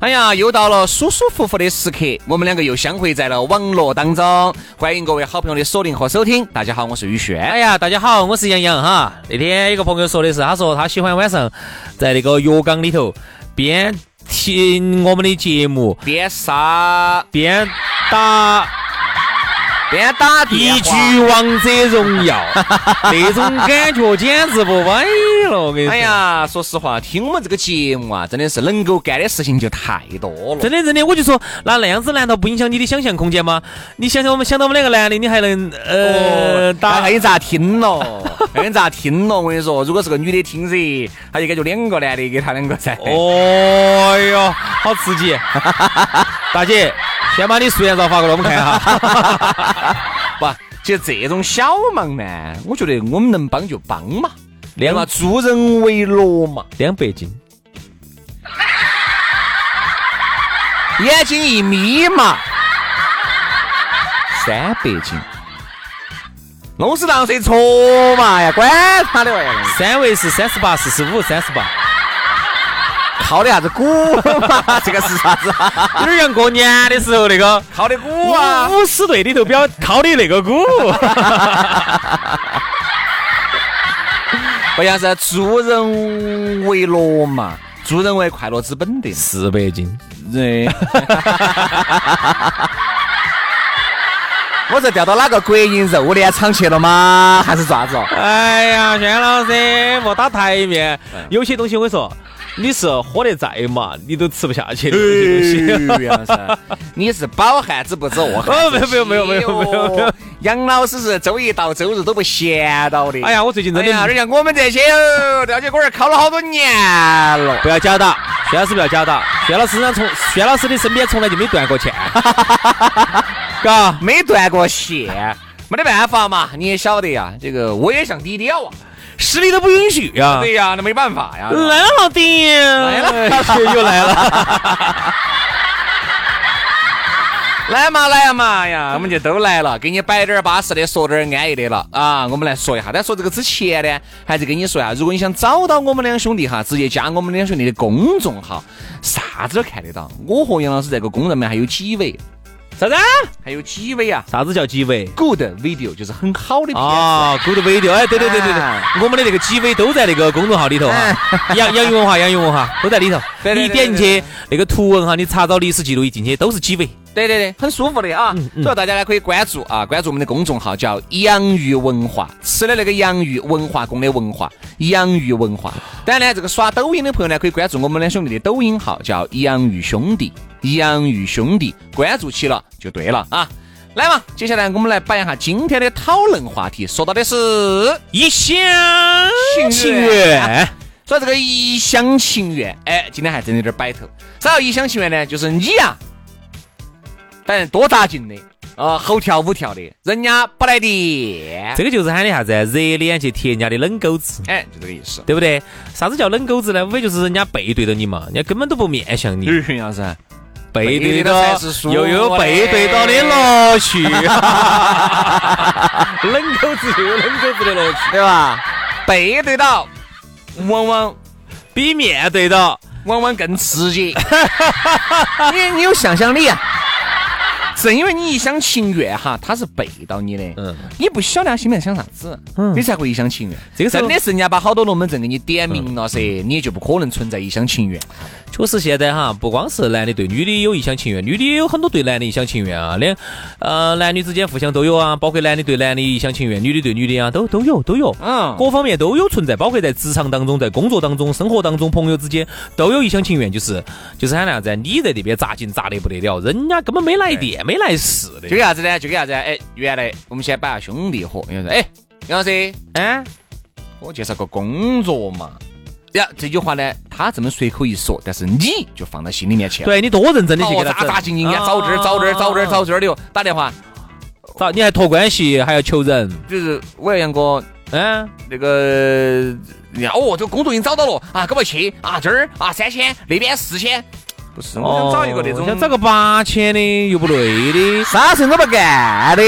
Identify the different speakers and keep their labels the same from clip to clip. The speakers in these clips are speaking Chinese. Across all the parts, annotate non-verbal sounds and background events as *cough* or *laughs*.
Speaker 1: 哎呀，又到了舒舒服服的时刻，我们两个又相会在了网络当中。欢迎各位好朋友的锁定和收听。大家好，我是宇轩。
Speaker 2: 哎呀，大家好，我是杨洋哈。那天有个朋友说的是，他说他喜欢晚上在那个浴缸里头边听我们的节目，
Speaker 1: 边杀
Speaker 2: 边打
Speaker 1: 边打
Speaker 2: 一
Speaker 1: 电
Speaker 2: 局
Speaker 1: 话。
Speaker 2: 王者荣
Speaker 1: *laughs*
Speaker 2: 耀，那种感觉简直不歪了。我跟你说，
Speaker 1: 哎，呀，说实话，听我们这个节目啊，真的是能够干的事情就太多了。
Speaker 2: 真的真的，我就说那那样子难道不影响你的想象空间吗？你想想我们想到我们两个男的，你还能呃、
Speaker 1: 哦，那看你咋
Speaker 2: *laughs*
Speaker 1: 听咯，那看你咋听咯。我跟你说，如果是个女的听噻，她就感觉两个男的给她两个噻。
Speaker 2: 哦哟，好刺激！ *laughs* 大姐，先把你素颜照发过来，我们看一下。 *laughs*
Speaker 1: 不，其实这种小忙呢，我觉得我们能帮就帮嘛，
Speaker 2: 两
Speaker 1: 对嘛，助人为乐嘛。
Speaker 2: 两百斤，
Speaker 1: 眼睛一眯嘛，三百斤，弄死当谁戳嘛呀？管他的玩意儿，
Speaker 2: 三围是三十八、四十五、三十八，
Speaker 1: 靠的啥子鼓 *laughs* 嘛？这个是啥子？
Speaker 2: 有点像过年的时候那个
Speaker 1: 靠的鼓啊！
Speaker 2: 舞狮队里头表敲的那个鼓。
Speaker 1: 不像是助人为乐嘛，助人为快乐之本的嘛。
Speaker 2: 四百斤，
Speaker 1: 人。 *laughs* 我是调到哪个国营肉联厂去了吗？还是咋 *laughs* 子哦？
Speaker 2: 哎呀，轩老师莫打台面，有些东西我跟你说，你是喝得再嘛，你都吃不下去的有些东西。
Speaker 1: 哎杨老师， *laughs* 你是饱汉子不知饿汉子饥哎哟
Speaker 2: 哦没有没有没有没有没有。
Speaker 1: 杨老师是周一到周日都不闲到的。
Speaker 2: 哎呀，我最近真
Speaker 1: 哎呀，
Speaker 2: 的
Speaker 1: 人家我们这些哦，吊起锅儿烤了好多年了。
Speaker 2: 不要假打，轩老师不要假打，轩老师呢从轩老师的身边从来就没断过 *laughs* 线，嘎。
Speaker 1: 没断过线，没得办法嘛，你也晓得呀，这个我也想低调啊。
Speaker 2: 实力都不允许呀、
Speaker 1: 对呀，那没办法呀。
Speaker 2: 来了，老弟，来了，又来了。
Speaker 1: 来嘛来嘛呀，我们就都来了，给你摆点儿巴适的，说点儿安逸的了啊。我们来说一下，但说这个之前呢，还是跟你说一下，如果你想找到我们两兄弟哈，直接加我们两兄弟的公众号，啥子都看得到。我和杨老师这个公众里面还有几位，
Speaker 2: 啥子？
Speaker 1: 还有几位啊
Speaker 2: 啥子叫机尾？
Speaker 1: ？Good video 就是很好的片子。
Speaker 2: 啊，Good Video，哎，哎对对对对对
Speaker 1: 哎，
Speaker 2: 我们的那个机尾都在那个公众号里头啊哈，洋洋芋文化、洋芋文化都在里头。
Speaker 1: 对
Speaker 2: 你
Speaker 1: 对对
Speaker 2: 点进去那个图文哈，你查找历史记录一进去都是机尾。
Speaker 1: 对对对，很舒服的啊。所以大家呢可以关注啊，关注我们的公众号叫“洋芋文化”，吃的那个洋芋，文化宫的文化，洋芋文化。当然呢，这个刷抖音的朋友呢，可以关注我们两兄弟的抖音号，叫“洋芋兄弟”，洋芋兄弟，关注起了就对了啊。来嘛，接下来我们来摆一下今天的讨论话题，说到的是，
Speaker 2: 一厢
Speaker 1: 情
Speaker 2: 情
Speaker 1: 愿
Speaker 2: 愿，
Speaker 1: 说到这个一厢情愿，哎，今天还真有点摆头。啥叫一厢情愿呢？就是你呀、反正多扎劲的，啊、吼跳舞跳的，人家不来电，
Speaker 2: 这个就是喊的啥子？热脸去贴人家的冷狗子。
Speaker 1: 哎，就这个意
Speaker 2: *laughs*
Speaker 1: 思。
Speaker 2: 对不对？啥子叫冷狗子呢？无非就是人家背对着你嘛，人家根本都不面向你，
Speaker 1: 群老师，
Speaker 2: 背
Speaker 1: 对
Speaker 2: 对
Speaker 1: 着嗯才是
Speaker 2: 着
Speaker 1: 输
Speaker 2: 又有背对到的乐趣，冷狗子又有冷狗子的乐趣，
Speaker 1: 对吧？ *laughs* 背对到，往往
Speaker 2: 比面对到 *laughs*
Speaker 1: 往往更刺激。你你有想象力啊！正因为你一厢情愿哈，他是背到你的，
Speaker 2: 嗯
Speaker 1: 你不晓得他心里面想啥子，你才会一厢情愿。
Speaker 2: 这个时候嗯
Speaker 1: 真的是人家把好多龙门阵给你点明了噻，你也就不可能存在一厢情愿。
Speaker 2: 确实，现在哈，不光是男的对女的有一厢情愿，女的也有很多对男的一厢情愿啊。连呃，男女之间互相都有啊，包括男的对男的一厢情愿，女的对女的啊，都都有都有，
Speaker 1: 嗯
Speaker 2: 各方面都有存在，包括在职场当中，在工作当中、生活当中，朋友之间都有一厢情愿，就是就是喊啥子啊，你在那边砸劲砸得不得了，人家根本没来电、没来事
Speaker 1: 就
Speaker 2: 的。
Speaker 1: 个啥子呢？就个啥子呢？哎，原来我们先摆下兄弟伙，有人说，哎，杨老师，
Speaker 2: 啊，
Speaker 1: 我介绍个工作嘛。呀，这句话呢，他这么随口一说，但是你就放到心里面去了。
Speaker 2: 对你多认真的去
Speaker 1: 哦，
Speaker 2: 给他
Speaker 1: 扎
Speaker 2: 整
Speaker 1: 扎紧紧啊，找这儿找这儿找这儿找这儿的哟。打电话
Speaker 2: 咋你还托关系，还要求人，
Speaker 1: 就是我要杨哥
Speaker 2: 嗯，
Speaker 1: 那个，呀哦，这个工作已经找到了啊，赶快去啊，这儿啊三千，那边四千。不是，我想找一个那种，
Speaker 2: 哦想找个八千的又不累的。
Speaker 1: 啥事我不干的，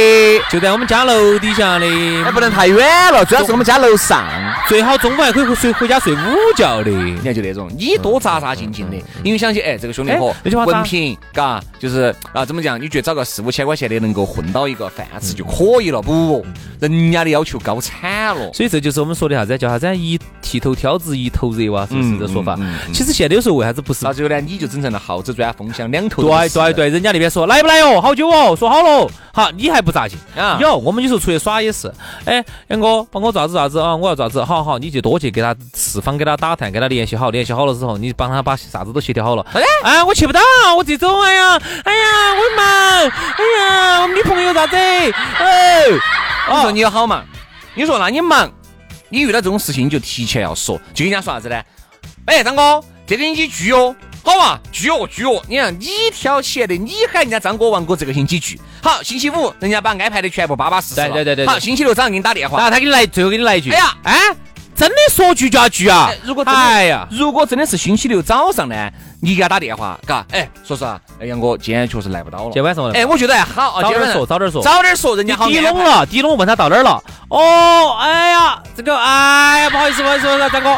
Speaker 2: 就在我们家楼底下的，
Speaker 1: 也不能太远了，主要是我们家楼上。
Speaker 2: 最好中午还可以回睡回家睡午觉的。
Speaker 1: 你看就那种，你
Speaker 2: 嗯
Speaker 1: 多扎扎静静的，因为想起哎，这个兄弟伙
Speaker 2: 哎那句话咋
Speaker 1: 文凭，嘎，就是啊，怎么讲？你觉得找个四五千块钱的能够混到一个饭吃就可以了？不，哦人家的要求高惨了。
Speaker 2: 所以这嗯就是我们说的啥子，叫啥子？啊一剃头挑子一头热哇，是不是
Speaker 1: 嗯
Speaker 2: 这说法
Speaker 1: 嗯嗯嗯？
Speaker 2: 其实现在有时候为啥子不是
Speaker 1: 到？最后呢，你就整成了耗子钻风箱两头都
Speaker 2: 对
Speaker 1: 是啊
Speaker 2: 对对，人家那边说来不来哦，好久哦，说好了，好，你还不咋劲
Speaker 1: 啊
Speaker 2: 有，我们有时候出去耍也是，哎，杨哥帮我咋子咋子啊，我要咋子，好好，你就多去给他四方给他打探，给他联系好，联系好了之后，你帮他把啥子都协调好了。哎，哎，我去不到，我这种，哎呀，哎呀，我忙，哎
Speaker 1: 啊
Speaker 2: 呀，我们女朋友咋子？哎，
Speaker 1: 你说你好忙，你说那你忙，你遇到这种事情你就提前要说，就跟人家说啥子呢？哎，张哥，这个星期聚哦，好嘛，聚哦聚哦。你看你挑起来的，你喊人家张哥王哥这个星期聚。好，星期五人家把安排的全部巴巴适适了。
Speaker 2: 对对对对对
Speaker 1: 好，星期六早上给你打电
Speaker 2: 然
Speaker 1: 话。
Speaker 2: 啊后他给你来，最后给你来一句，
Speaker 1: 哎呀，
Speaker 2: 哎，真的说聚就要聚啊
Speaker 1: 哎！如果真的
Speaker 2: 哎呀，
Speaker 1: 如果真的是星期六早上呢，你给他打电话，嘎，哎，说实话，哎杨哥今天确实来不到了。
Speaker 2: 今天晚上我来
Speaker 1: 哎，我觉得还好，啊
Speaker 2: 早
Speaker 1: 今天
Speaker 2: 点
Speaker 1: 晚上
Speaker 2: 说，早点说。
Speaker 1: 早点说，人
Speaker 2: 你
Speaker 1: 家好安
Speaker 2: 低
Speaker 1: 排。
Speaker 2: 拢了，低拢问他到哪儿了？哦，哎呀，这个，哎呀，不好意思，不好意思，不好意思张哥，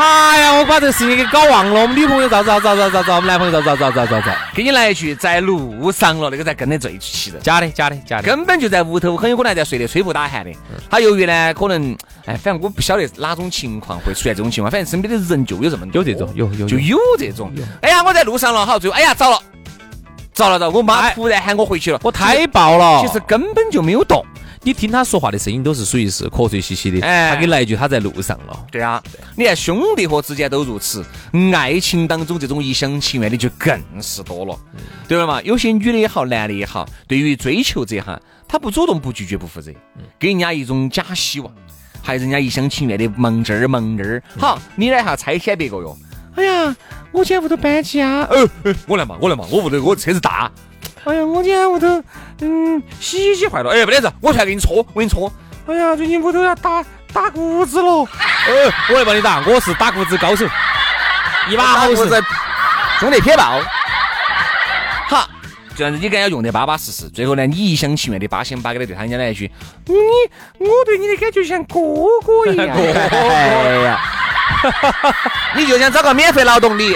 Speaker 2: 哎呀，我把这个事情给搞忘了。我们女朋友咋子咋子咋子咋子，我们男朋友咋子咋子咋子咋子，
Speaker 1: 给你来一句，在路上了，那个才跟得最气人。
Speaker 2: 假的假的假的。
Speaker 1: 根本就在屋头，很有可能还在睡得吹不打鼾的。他由于呢，可能哎，反正我不晓得哪种情况会出现这种情况，反正身边的人就有这么多
Speaker 2: 有这种有有有
Speaker 1: 就有这种。哎呀，我在路上了，好，最后哎呀，糟了，糟了，糟了，我妈
Speaker 2: 哎
Speaker 1: 突然喊我回去了，哎
Speaker 2: 我太爆了！
Speaker 1: 其实根本就没有动。
Speaker 2: 你听他说话的声音都是属于是瞌睡兮兮的，
Speaker 1: 哎
Speaker 2: 他给你来一句他在路上了。
Speaker 1: 对啊，你看兄弟伙之间都如此，爱情当中这种一厢情愿的就更是多了，对了嘛？有些女的也好，男的也好，对于追求者哈，他不主动、不拒绝、不负责，给人家一种假希望，还人家一厢情愿的忙这儿忙那儿。好，你来哈拆迁别个哟。哎呀，我今天屋头搬家，呃，呃我来嘛，我来嘛，我屋头我车子大。哎呀，我今天屋头，嗯，洗衣机坏了，哎，没得事，我出来给你搓，我给你搓。哎呀，最近屋头要打打谷子了。
Speaker 2: 呃，我来帮你打，我是打谷子高手，一把好手。
Speaker 1: 兄弟撇爆。好，哦这样子你给人家用得巴巴适适，最后呢，你一厢情愿的八仙八给的对他人家来一句，你我对你的感觉像哥哥一样， *laughs* 哎呀，你就想找个免费劳动力。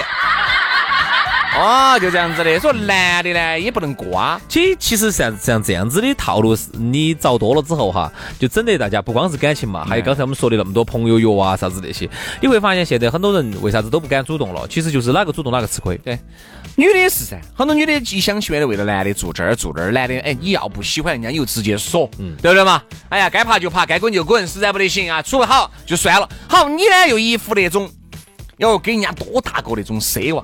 Speaker 1: 哦，就这样子的。说男的呢也不能瓜，
Speaker 2: 其其实像像这样子的套路，是你找多了之后哈，就整得大家不光是感情
Speaker 1: 嗯
Speaker 2: 嘛，还有刚才我们说的那么多朋友约啊啥子那些，你会发现现在很多人为啥子都不敢主动了，其实就是哪个主动哪个吃亏。
Speaker 1: 对，女的也是噻，很多女的一厢情愿的为了男的做这儿做那儿，男的哎，你要不喜欢人家，你就直接说，对不对嘛？哎呀，该爬就爬，该滚就滚，实在不得行啊，处不好就算了。好，你呢又一副那种要给人家多大个那种奢望。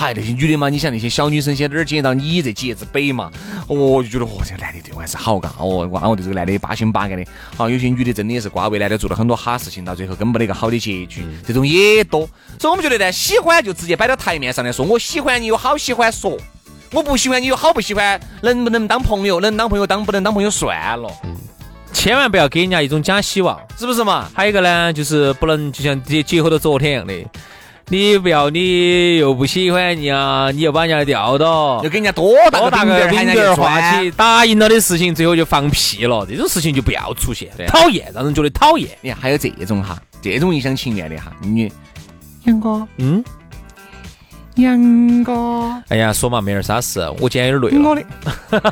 Speaker 1: 哎，那些女的嘛，你像那些小女生，些哪儿接到你这几叶子北嘛？哦，就觉得哦，这个男的对我还是好嘎，哦，哇，我对这个男的八心八肝的。啊好，有些女的真的也是瓜为男的做了很多哈事情，到最后根本没得一个好的结局，
Speaker 2: 嗯
Speaker 1: 这种也多。所以我们觉得呢，喜欢就直接摆到台面上来说，我喜欢你有好喜欢说，我不喜欢你有好不喜欢，能不能当朋友，能当朋友当，不能当朋友算了，
Speaker 2: 千万不要给人家一种假希望。
Speaker 1: 是不是嘛？
Speaker 2: 还有一个呢，就是不能就像结结合到昨天一样的，你不要你又不喜欢人家，你又把人家调到
Speaker 1: 要。给人家多大
Speaker 2: 哦多
Speaker 1: 个
Speaker 2: 大
Speaker 1: 饼
Speaker 2: 个
Speaker 1: 儿，喊
Speaker 2: 饼
Speaker 1: 人
Speaker 2: 儿
Speaker 1: 家
Speaker 2: 话
Speaker 1: 花
Speaker 2: 起，答应了的事情，最后就放屁了，这种事情就不要出现，
Speaker 1: 对啊
Speaker 2: 讨厌，让人觉得讨厌。
Speaker 1: 你看哎还有
Speaker 2: 啊
Speaker 1: 这种哈，这种一厢情愿的哈，你杨哥，
Speaker 2: 嗯，
Speaker 1: 杨哥，
Speaker 2: 哎呀，说嘛没点啥事，我今天有点累了，
Speaker 1: 我
Speaker 2: 我
Speaker 1: 的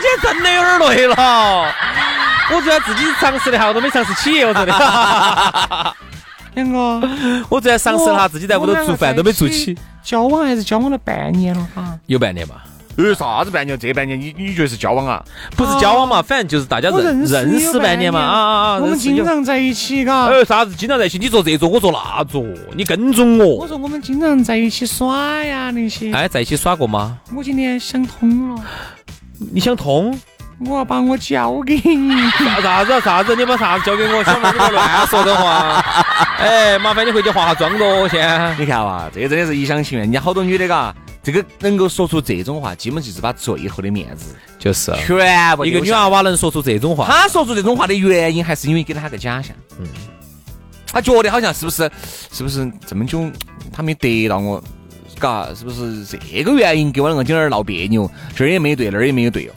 Speaker 2: 今天真的有点累了， *laughs* 我昨天自己尝试了一下，我都没尝试起，我真的，
Speaker 1: 杨哥，
Speaker 2: *laughs* 我昨天尝试了哈，自己在屋头
Speaker 1: 我
Speaker 2: 做饭都没做起，，
Speaker 1: 交往还是交往了半年了哈。
Speaker 2: 有半年吧。
Speaker 1: 呃，啥子半年？这半年你你觉得是交往啊？
Speaker 2: 不是交往嘛，反正就是大家
Speaker 1: 我
Speaker 2: 哦认
Speaker 1: 认识
Speaker 2: 认
Speaker 1: 你
Speaker 2: 识
Speaker 1: 有
Speaker 2: 半
Speaker 1: 半
Speaker 2: 年
Speaker 1: 年
Speaker 2: 嘛，啊啊啊！
Speaker 1: 我们
Speaker 2: 认识有
Speaker 1: 经常在一起，嘎。
Speaker 2: 哎，啥子经常在一起？你做这桌，我做那桌，你跟踪
Speaker 1: 我
Speaker 2: 我。
Speaker 1: 说我们经常在一起耍呀那些。
Speaker 2: 哎，在一起耍过吗？
Speaker 1: 我今天想通了，
Speaker 2: 你想通？
Speaker 1: 我要把我交给你。
Speaker 2: 啥啥子啊啥子？你把啥子交给我？小妹儿，你不要乱说这 *laughs* 话。哎，麻烦你回去化下妆咯，先。
Speaker 1: 你看哇，这真的是一厢情愿。人家好多女的嘎，这个能够说出这种话，基本就是把最后的面子
Speaker 2: 就是啊
Speaker 1: 全部
Speaker 2: 一个女
Speaker 1: 娃。
Speaker 2: 娃娃能说出这种话，
Speaker 1: 她说出这种话的原因，还是因为给她个假象。嗯。她觉得好像是不是是不是这么久她没得到我，嘎，是不是这个原因给我两个今儿闹别扭，这儿也没对，那儿也没有对哦。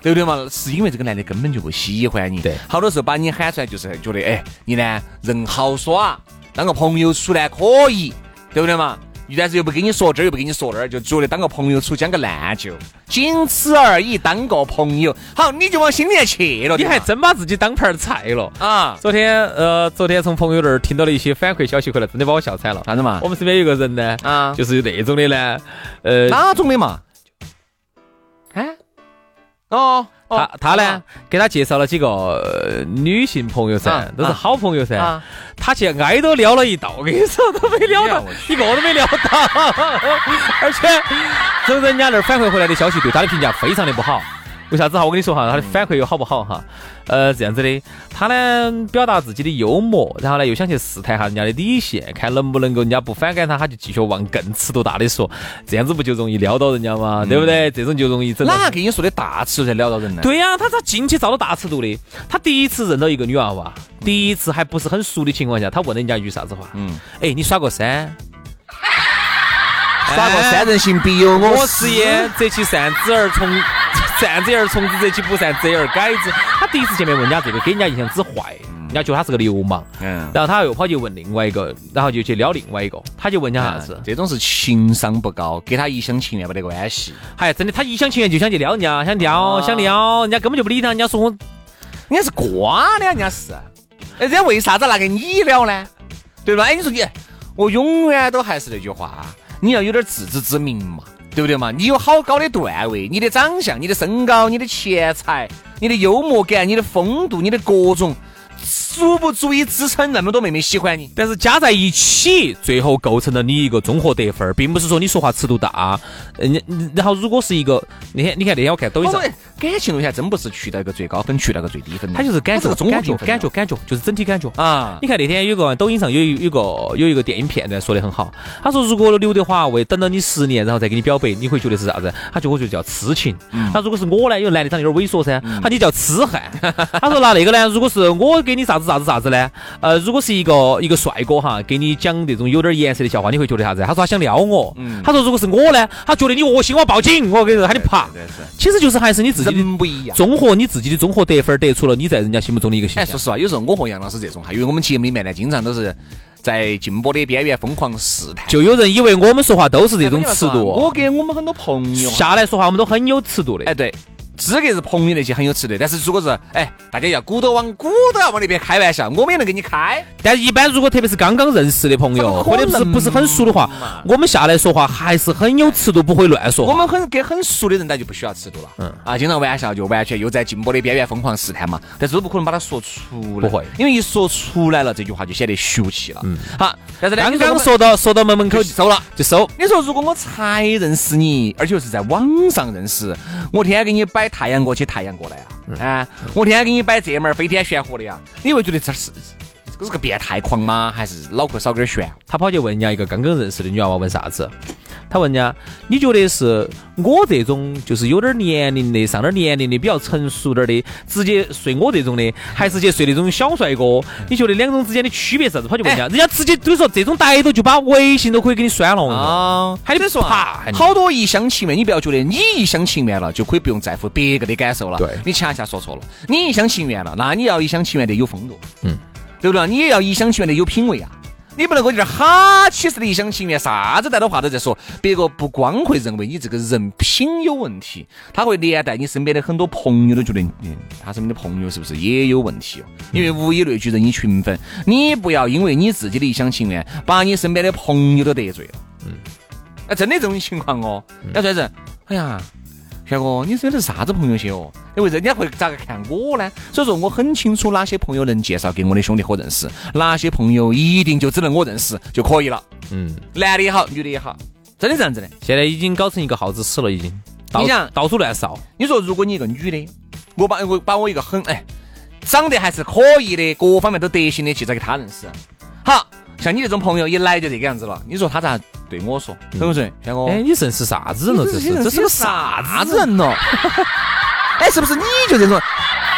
Speaker 1: 对不对嘛？是因为这个男的根本就不喜欢你，
Speaker 2: 对
Speaker 1: 好多时候把你喊出来就是觉得，哎，你呢人好耍，当个朋友处呢可以，对不对嘛？但是又不跟你说这儿，又不跟你说那儿，就觉得当个朋友处将个烂就，仅此而已，当个朋友，好，你就往心里去了。
Speaker 2: 你
Speaker 1: 对吧
Speaker 2: 还真把自己当盘儿菜了。
Speaker 1: 啊？
Speaker 2: 昨天呃，昨天从朋友那儿听到了一些反馈消息回来，真的把我笑惨了。
Speaker 1: 啥子嘛
Speaker 2: 我？们身边有个人呢，
Speaker 1: 啊，
Speaker 2: 就是那种的呢，呃，
Speaker 1: 哪种的嘛？哎，哦，哦
Speaker 2: 他他呢，给他介绍了几个呃女性朋友噻
Speaker 1: 啊，
Speaker 2: 都是
Speaker 1: 啊
Speaker 2: 好朋友噻。
Speaker 1: 啊，
Speaker 2: 他去挨都撩了一道，我跟你说都没撩
Speaker 1: 哎呀
Speaker 2: 到
Speaker 1: 我，
Speaker 2: 一个都没撩到。 *laughs* 而且从人家那儿反馈回来的消息，对他的评价非常的不好。为啥子哈？我跟你说哈，他的反馈又好不好哈？呃，这样子的，他呢表达自己的幽默，然后呢又想去试探下人家的底线，看能不能够人家不反感他，他就继续往更尺度大的说，这样子不就容易撩到人家吗？对不对？
Speaker 1: 嗯
Speaker 2: 这种就容易整到
Speaker 1: 哪个跟你说的大词才撩到人呢？
Speaker 2: 对呀、他咋进去遭到大尺度的？他第一次认到一个女娃娃，第一次还不是很熟的情况下，他问人家一句啥子话？嗯
Speaker 1: 嗯，
Speaker 2: 哎，你耍过 *laughs* 山？
Speaker 1: 耍个三人行必有
Speaker 2: 哎我
Speaker 1: 哎我
Speaker 2: 是
Speaker 1: 师
Speaker 2: 也，折其扇子而从， *laughs* 扇子而从之，折其不善折而改之。他第一次见面问人家这个，给人家印象之坏，人家觉得他是个流氓。
Speaker 1: 嗯，
Speaker 2: 然后他又跑去问另外一个，然后就去撩另外一个，他就问人家啥子
Speaker 1: 嗯？这种是情商不高，跟他一厢情愿没得关系。
Speaker 2: 哎，真的，他一厢情愿就想去撩人家，想撩
Speaker 1: 啊
Speaker 2: 想撩，人家根本就不理他，人家说我
Speaker 1: 人家是瓜的，人家是。哎，人家为啥子拿给你聊呢？对吧？哎，你说你，我永远都还是那句话，你要有点自知之明嘛，对不对嘛？你有好高的段位，你的长相、你的身高、你的钱财、你的幽默感、你的风度、你的各种，足不足以支撑那么多妹妹喜欢你？
Speaker 2: 但是加在一起，最后构成了你一个综合得分儿，并不是说你说话尺度大。嗯，然后如果是一个那天，你看那天我看抖音
Speaker 1: 我
Speaker 2: 上，
Speaker 1: 们哦哎感情路线真不是去到一个最高分，去到一个最低分的，
Speaker 2: 他就是感
Speaker 1: 它
Speaker 2: 觉，
Speaker 1: 是个综合
Speaker 2: 感觉，
Speaker 1: 评分的
Speaker 2: 感觉，感觉，就是整体感觉。
Speaker 1: 啊。
Speaker 2: 你看那天有个抖音上有一有一个有一个电影片段说的很好，他说如果刘德华为等了你十年，然后再给你表白，你会觉得是啥子？他觉得我就叫痴情。
Speaker 1: 嗯
Speaker 2: 他如果是我呢，有男的长得有点猥琐噻，他你叫痴汉。他说那那个呢，如果是我给你啥子啥子啥子呢？呃，如果是一个一个帅哥哈，给你讲那种有点颜色的笑话，你会觉得啥子？他说他想撩我。他说如果是我呢，他觉得你恶心，我要报警，我跟你说喊你爬。
Speaker 1: 嗯对是
Speaker 2: 其实就是还是你自己的
Speaker 1: 人不一样。
Speaker 2: 综合你自己的综合得分，得出了你在人家心目中的一个形
Speaker 1: 哎，
Speaker 2: 象。
Speaker 1: 说实话，有时候我和杨老师这种哈，因为我们节目里面呢，经常都是在禁播的边缘疯狂试探，
Speaker 2: 就有人以为我们说话都是这种尺度，哦
Speaker 1: 我跟我们很多朋友哈，
Speaker 2: 下来说话我们都很有尺度的。
Speaker 1: 哦哎，对，资格是朋友那些很有尺度，但是如果是哎，大家要鼓都往鼓都要往那边开玩笑，我们也能跟你开。
Speaker 2: 但一般如果特别是刚刚认识的朋
Speaker 1: 怎
Speaker 2: 友，
Speaker 1: 么
Speaker 2: 或
Speaker 1: 可
Speaker 2: 者
Speaker 1: 能
Speaker 2: 不是不是很熟的话
Speaker 1: 嘛，
Speaker 2: 我们下来说话还是很有尺度，不会乱说
Speaker 1: 我
Speaker 2: 话。
Speaker 1: 们很跟很熟的人，大家就不需要尺度了。嗯啊，经常玩笑就完全又在禁播的边缘疯狂试探嘛，但是都不可能把它说出来，
Speaker 2: 不会
Speaker 1: 因为一说出来了，这句话就显得俗气了。嗯，好，但是呢，
Speaker 2: 刚
Speaker 1: 你我
Speaker 2: 刚
Speaker 1: 们
Speaker 2: 说到说到门门口
Speaker 1: 就收了。
Speaker 2: 就收，
Speaker 1: 你说如果我才认识你，而且又是在网上认识，我天天给你摆太阳过去太阳过来啊，啊，我天天给你摆这门儿飞天悬火的呀，你会觉得这是这是个变态狂吗？还是脑壳少根弦？
Speaker 2: 他跑去问人家一个刚刚认识的女娃娃问啥子，他问人家你觉得是我这种就是有点年龄的上点年龄的比较成熟点儿的，直接睡我这种的，还是去睡那种小帅哥？你觉得两种之间的区别是啥子？跑去问人家，人家直接比如说这种逮到就把微信都可以给你删了我跟你说。
Speaker 1: 啊，
Speaker 2: 还得
Speaker 1: 所以说啊
Speaker 2: 怕还得
Speaker 1: 好多一厢情愿，你不要觉得你一厢情愿了就可以不用在乎别个的感受了。
Speaker 2: 对
Speaker 1: 你恰恰说错了，你一厢情愿了，那你要一厢情愿的有风度，嗯，对不对？你也要一厢情愿的有品味啊。你不能够有点哈起是的一厢情愿，啥子带的话都在说，别个不光会认为你这个人品有问题，他会连带你身边的很多朋友都觉得，嗯，他身边的朋友是不是也有问题哦？因为
Speaker 2: 嗯
Speaker 1: 物以类聚，人以群分，你不要因为你自己的一厢情愿，把你身边的朋友都得罪了。嗯，那真的这种情况哦，要说人，哎呀。轩哥，你这的是啥子朋友些哦？因为人家会咋个看我呢？所以说我很清楚哪些朋友能介绍给我的兄弟伙认识，哪些朋友一定就只能我认识就可以了。
Speaker 2: 嗯，
Speaker 1: 男的也好，女的也好，真的这样子的。
Speaker 2: 现在已经搞成一个耗子屎了，已经。
Speaker 1: 你想
Speaker 2: 到处乱烧，
Speaker 1: 你说，如果你一个女的，我把我把我一个很哎，长得还是可以的，各方面都得行的介绍给他认识，好像你这种朋友一来就这个样子了，你说他咋对我说？对不对，轩哥？
Speaker 2: 哎，你认识啥子人了？这是这是个啥子人？
Speaker 1: 人了？ *laughs* 哎，是不是你就这种？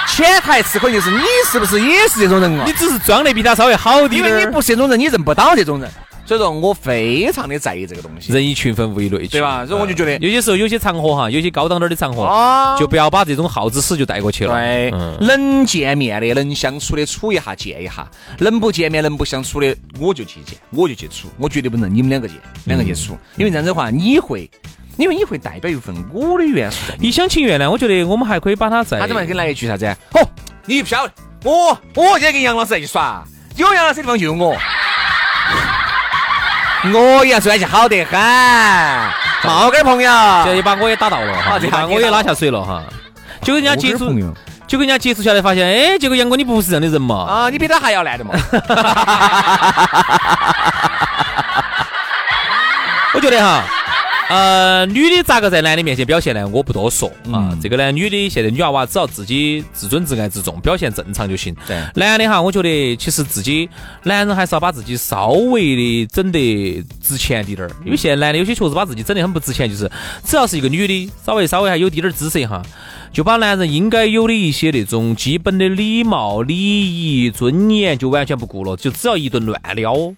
Speaker 1: 潜台词可能就是你是不是也是这种人啊
Speaker 2: 你？只是装的比他稍微好点
Speaker 1: 因
Speaker 2: 儿
Speaker 1: 为你不是这种人，你认不到这种人。所以说我非常的在意这个东西。
Speaker 2: 人以群分，物以类聚，
Speaker 1: 对吧所以我就觉得
Speaker 2: 嗯有些时候有些场合哈，有些高档点儿的场合，
Speaker 1: 啊
Speaker 2: 就不要把这种耗子屎就带过去了。
Speaker 1: 对
Speaker 2: 嗯，
Speaker 1: 能见面的，能相处的处一下见一下；能不见面、能不相处的，我就去见，我就去处，我绝对不能你们两个见，两个去
Speaker 2: 嗯
Speaker 1: 处，因为这样子的话，你会，因为你会代表一份我的元素在里面。
Speaker 2: 一厢情愿呢，我觉得我们还可以把它再
Speaker 1: 他怎啊么还跟来一句啥子？哎哦，你不晓得，我我今天跟杨老师在一起耍，有杨老师的地方就有我，我杨老师就好得很，毛根儿朋友。
Speaker 2: 现在也把我也打到了哈，
Speaker 1: 啊这
Speaker 2: 也
Speaker 1: 下
Speaker 2: 把我也拉下水了哈。结果人家接触，
Speaker 1: 朋友
Speaker 2: 结果人家接触下来发现，哎，结果杨哥你不是这样的人嘛？
Speaker 1: 啊，你比他还要烂的嘛？
Speaker 2: 我觉得哈。呃，女的咋个在男的面前表现呢？我不多说啊。这个呢，女的现在女娃娃只要自己自尊、自爱、自重，表现正常就行。
Speaker 1: 对
Speaker 2: 男的哈，我觉得其实自己男人还是要把自己稍微的整得值钱滴点儿，因为现在男的有些确实把自己整得很不值钱，就是只要是一个女的，稍微稍微还有滴点儿姿色哈，就把男人应该有的一些那种基本的礼貌、礼仪、尊严就完全不顾了，就只要一顿乱哦撩。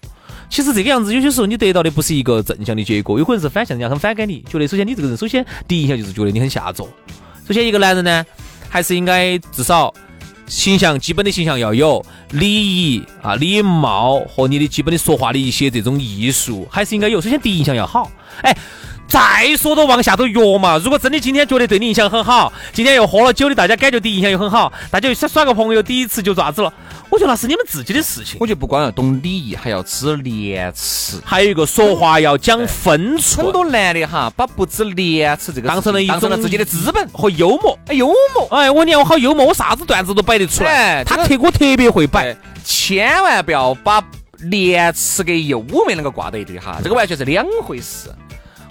Speaker 2: 其实这个样子，有些时候你得到的不是一个正向的结果，有可能是反向，人家很反感你，觉得首先你这个人，首先第一印象就是觉得你很下作。首先，一个男人呢，还是应该至少形象基本的形象要有礼仪啊、礼貌和你的基本的说话的一些这种艺术，还是应该有。首先第一印象要好，哎。再说都往下头约嘛。如果真的今天觉得对你印象很好，今天又喝了酒的，大家感觉第一印象又很好，大家又想耍个朋友，第一次就咋子了？我觉得那是你们自己的事情。
Speaker 1: *laughs* 我觉得不光要懂礼仪，还要知廉耻。
Speaker 2: 还有一个说话要讲分
Speaker 1: 很
Speaker 2: 寸，
Speaker 1: 多男的哈，把不知廉耻这个
Speaker 2: 当成了一
Speaker 1: 当成了
Speaker 2: 种
Speaker 1: 自己的资本，
Speaker 2: 和幽默。
Speaker 1: 哎，幽默。
Speaker 2: 哎，我你看我好幽默，我啥子段子都摆得出来。
Speaker 1: 哎
Speaker 2: 他
Speaker 1: 这
Speaker 2: 特我特别会摆
Speaker 1: 哎，，千万不要把廉耻跟幽默两个挂到一堆
Speaker 2: 嗯
Speaker 1: 哈，这个完全是两回事。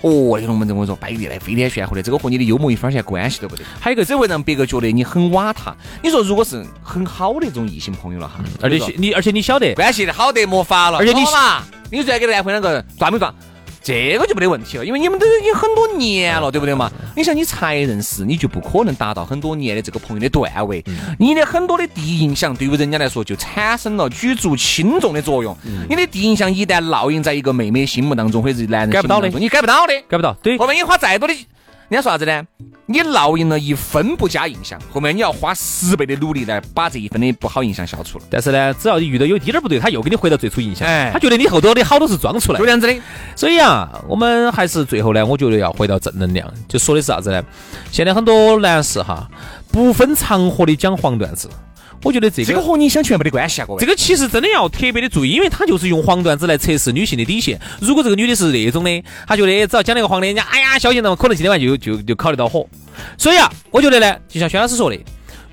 Speaker 1: 哦，这龙门阵我跟你说，摆地来飞天旋回的，这个和你的幽默一分钱关系都没得。还有一个，只会让别个觉得你很瓦塔。你说，如果是很好的这种异性朋友了哈，
Speaker 2: 嗯而且
Speaker 1: 比如说
Speaker 2: 你而且你晓得，
Speaker 1: 关系好得没法了，
Speaker 2: 而且你
Speaker 1: 好嘛，你说要跟男朋友两个抓没抓？这个就没得问题了，因为你们都已经很多年
Speaker 2: 嗯
Speaker 1: 了，对不对嘛？你想，你才认识，你就不可能达到很多年的这个朋友的段位。
Speaker 2: 嗯
Speaker 1: 你的很多的第一印象，对于人家来说就产生了举足轻重的作用。
Speaker 2: 嗯
Speaker 1: 你的第一印象一旦烙印在一个妹妹心目当中，或者是男人
Speaker 2: 改
Speaker 1: 心
Speaker 2: 不
Speaker 1: 目
Speaker 2: 到的
Speaker 1: 当中，你改不到的。
Speaker 2: 改不到。对，
Speaker 1: 后面你花再多的，人家说啥子呢？你烙印啊了一分不加印象，后面你要花十倍的努力来把这一分的不好印象消除了。
Speaker 2: 但是呢，只要一遇到有一滴点儿不对，他又给你回到最初印象。
Speaker 1: 哎
Speaker 2: 他觉得你后头的好多是装出来
Speaker 1: 就这
Speaker 2: 的。
Speaker 1: 样子的。
Speaker 2: 所以啊，我们还是最后呢，我觉得要回到正能量，就说的是啥子呢？现在很多男士哈，不分场合的讲黄段子，我觉得这
Speaker 1: 这个
Speaker 2: 个。
Speaker 1: 和你想全没得关系啊，各位。
Speaker 2: 这个其实真的要特别的注意，因为他就是用黄段子来测试女性的底线。如果这个女的是那种的，她觉得只要讲那个黄的，人家哎呀，小心了，可能今天晚上就就就烤得到火。所以啊，我觉得呢，就像薛老师说的，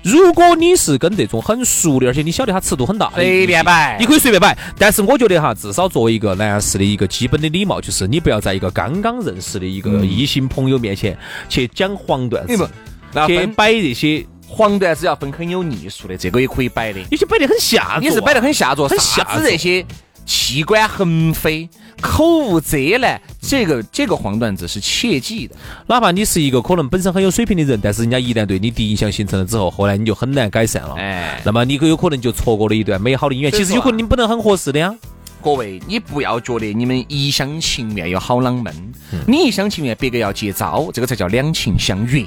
Speaker 2: 如果你是跟这种很熟的，而且你晓得他尺度很大，
Speaker 1: 随便摆
Speaker 2: 你可以随便摆。但是我觉得哈，至少作为一个男士的一个基本的礼貌，就是你不要在一个刚刚认识的一个异性朋友面前去讲黄段
Speaker 1: 你不
Speaker 2: 子，，
Speaker 1: 那
Speaker 2: 去
Speaker 1: 分
Speaker 2: 摆这些，
Speaker 1: 黄段子要分很有艺术的，这个也可以摆的。
Speaker 2: 有些摆得很下作啊，
Speaker 1: 你是摆得很下作，
Speaker 2: 很
Speaker 1: 啥
Speaker 2: 下
Speaker 1: 子
Speaker 2: 作
Speaker 1: 这些器官横飞、口无遮拦，这个这个黄段子是切记的。
Speaker 2: 哪怕你是一个可能本身很有水平的人，但是人家一旦对你第一印象形成了之后，后来你就很难改善了。
Speaker 1: 哎，
Speaker 2: 那么你有可能就错过了一段美好的姻缘。
Speaker 1: 所以
Speaker 2: 其
Speaker 1: 说啊
Speaker 2: 实有可能你们本来很合适的呀。
Speaker 1: 各位，你不要觉得你们一厢情愿有好啷们，你一厢情愿，别个要接招，这个才叫两情相悦。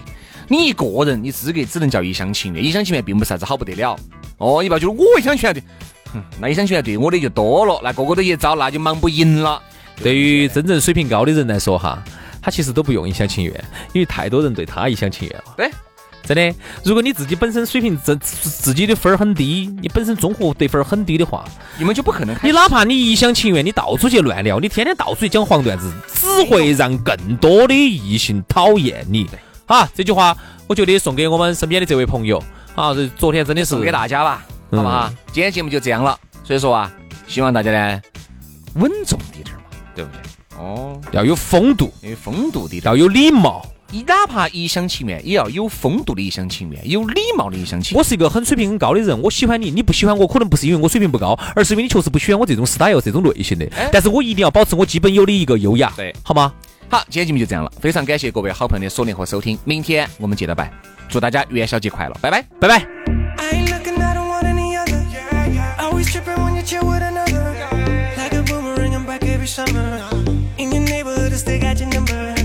Speaker 1: 你一个人，你资格只能叫一厢情愿，一厢情愿并不是啥子好不得了。哦，你不要觉得我一厢情愿的，那你想起来对我的就多了，那个个都一招，那就忙不赢了。
Speaker 2: 对于真正水平高的人来说哈，他其实都不用一厢情愿，因为太多人对他一厢情愿了。
Speaker 1: 对，
Speaker 2: 真的，如果你自己本身水平自自自己的分儿很低，你本身综合得分儿很低的话，
Speaker 1: 你们就不可能开
Speaker 2: 你哪怕你一厢情愿，你到处去乱聊，你天天到处去讲黄段子，只会让更多的异性讨厌你。哈，这句话我觉得送给我们身边的这位朋友。啊，这昨天真的是
Speaker 1: 送给大家吧，好不好？今天节目就这样了，所以说啊，希望大家呢稳重滴点儿嘛，对不对？哦，
Speaker 2: 要有风度，
Speaker 1: 因为风度滴点儿，
Speaker 2: 要有礼貌。
Speaker 1: 你哪怕一厢情愿，也要有风度的一厢情愿，有礼貌的一厢情愿。
Speaker 2: 我是一个很水平很高的人，我喜欢你，你不喜欢我，可能不是因为我水平不高，而是因为你确实不喜欢我这种 style 这种类型的
Speaker 1: 哎。
Speaker 2: 但是我一定要保持我基本有的一个优雅，
Speaker 1: 对
Speaker 2: 好吗？
Speaker 1: 好，今天节目就这样了，非常感谢各位好朋友的锁定和收听，明天我们接着拜，祝大家元宵节快乐，拜拜。
Speaker 2: 拜拜。
Speaker 3: I ain't looking, I don't want any other. Always tripping when you chill with another. Like a boomerang, I'm back every summer. In your neighborhood, I still got your number.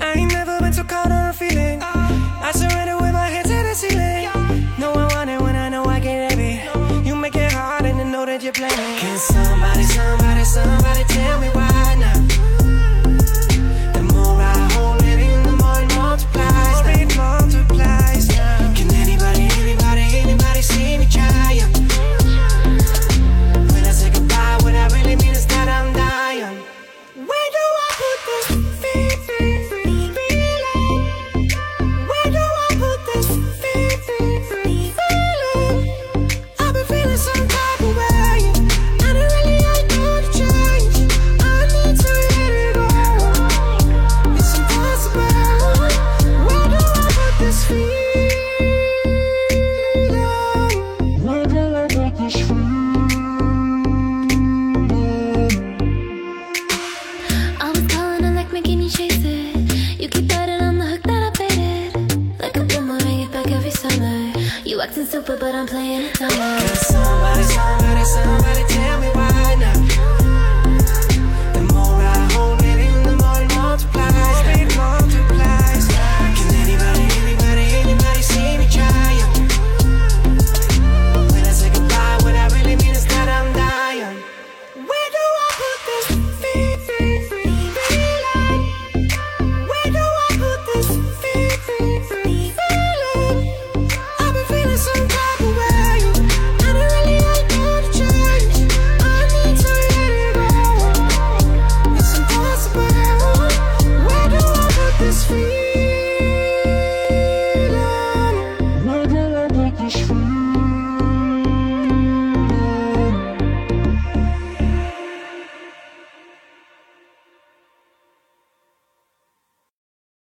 Speaker 3: I ain't never been so caught on a feeling. I surrender with my hands to the ceiling. No, I want it when I know I can't have it. You make it hard and I know that you're playing. Can somebody, somebody, somebody tell me why now? The more I hold it in, the more it multiplies. It multiplies now. Can anybody, anybody, anybody see me try? yeah? When I say goodbye, what I really mean is that I'm dying. Where do I put this feeling? feeling? Where do I put this feeling? feeling? I've been feeling some type of way. I don't really like to change. I need to let it go. It's impossible. Where do I put this feeling? Where do I put this feeling?
Speaker 4: I was calling her like making you chase it. You keep biting on the hook that I baited. Like a boomerang, you back every summer. You acting stupid, but I'm playing it dumber.
Speaker 3: Somebody, somebody, somebody.